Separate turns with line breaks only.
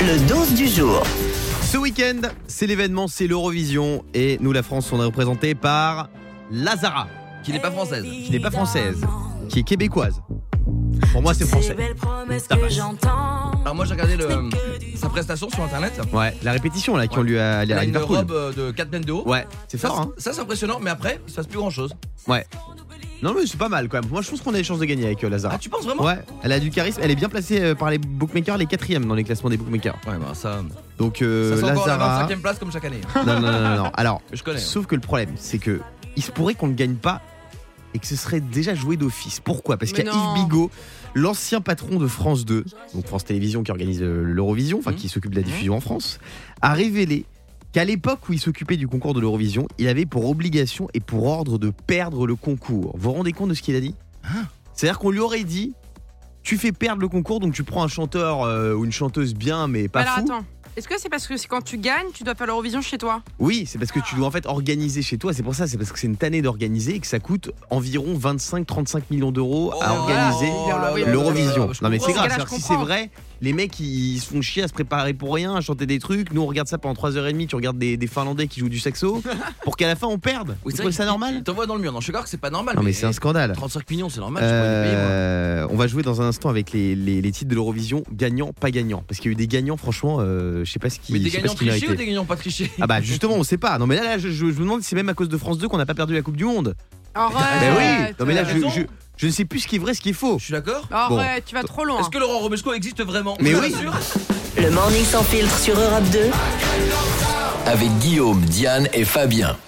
Le dose du jour.
Ce week-end, c'est l'événement, c'est l'Eurovision. Et nous, la France, on est représenté par Lazara, qui n'est pas française, qui n'est pas française, qui est québécoise. Pour moi, c'est français. Ça passe.
Alors moi j'ai regardé le- sa prestation sur internet.
Ouais, la répétition là qui ont lieu à, à
Elle a une
Liverpool.
robe euh, de 4 mètres de haut.
Ouais, c'est
Ça,
fort, hein
c'est- ça, c'est impressionnant, mais après, il se passe plus grand chose.
Ouais. Non, mais c'est pas mal quand même. Moi, je pense qu'on a des chances de gagner avec euh, Lazara.
Ah, tu penses vraiment
Ouais, elle a du charisme. Elle est bien placée euh, par les bookmakers, les quatrièmes dans les classements des bookmakers.
Ouais, bah ça.
Donc, euh,
ça sent encore la
Lazara.
25 e place comme chaque année.
Non, non, non, non, non. Alors,
Je connais. hein.
Sauf que le problème, c'est que il se pourrait qu'on ne gagne pas et que ce serait déjà joué d'office. Pourquoi Parce
Mais
qu'il y a
non.
Yves Bigot, l'ancien patron de France 2, donc France Télévisions qui organise euh, l'Eurovision, enfin
Mhm.
qui s'occupe de la diffusion en France, a révélé qu'à l'époque où il s'occupait du concours de l'Eurovision, il avait pour obligation et pour ordre de perdre le concours. Vous vous rendez compte de ce qu'il a dit
Hein
C'est-à-dire qu'on lui aurait dit tu fais perdre le concours, donc tu prends un chanteur euh, ou une chanteuse bien, mais pas
Alors
fou.
attends, est-ce que c'est parce que c'est quand tu gagnes, tu dois faire l'Eurovision chez toi
Oui, c'est parce que tu dois en fait organiser chez toi. C'est pour ça, c'est parce que c'est une tannée d'organiser et que ça coûte environ 25-35 millions d'euros à
Oh,
organiser
là, là, là, là,
l'Eurovision.
là, je
Non mais
comprends.
c'est grave,
Parce que
c'est-à-dire
là, je
que si c'est
comprends.
vrai, les mecs ils se font chier à se préparer pour rien, à chanter des trucs. Nous on regarde ça pendant 3h30, tu regardes des, des Finlandais qui jouent du saxo pour qu'à la fin on perde.
Oui,
Vous
c'est
trouvez
vrai Ah,
ça
qu'il-
normal
Il t'envoie dans le mur. Non, je suis d'accord que c'est pas normal.
Non mais c'est un scandale.
35 millions, c'est normal. je pourrais les payer, moi.
Euh, on va jouer dans un instant avec les, les- les titres de l'Eurovision gagnant, pas gagnant. Parce qu'il y a eu des gagnants, franchement, euh, je sais pas ce qui.
Mais
je
des
sais pas
gagnants
ce qui
trichés ou
méritait.
des gagnants pas trichés
Ah bah justement, on sait pas. Non mais là, là, je, je- je me demande si c'est même à cause de France 2 qu'on n'a pas perdu la Coupe du Monde.
Arrête
Ben oui. Non mais là, je,
raison.
je, je ne sais plus ce qui est vrai, ce qui est faux.
Je suis d'accord.
Arrête, euh, tu vas trop loin.
Est-ce que Laurent Robesco existe vraiment
Mais
Vous
oui.
êtes sûr
Le morning sans filtre sur Europe 2.
avec Guillaume, Diane et Fabien.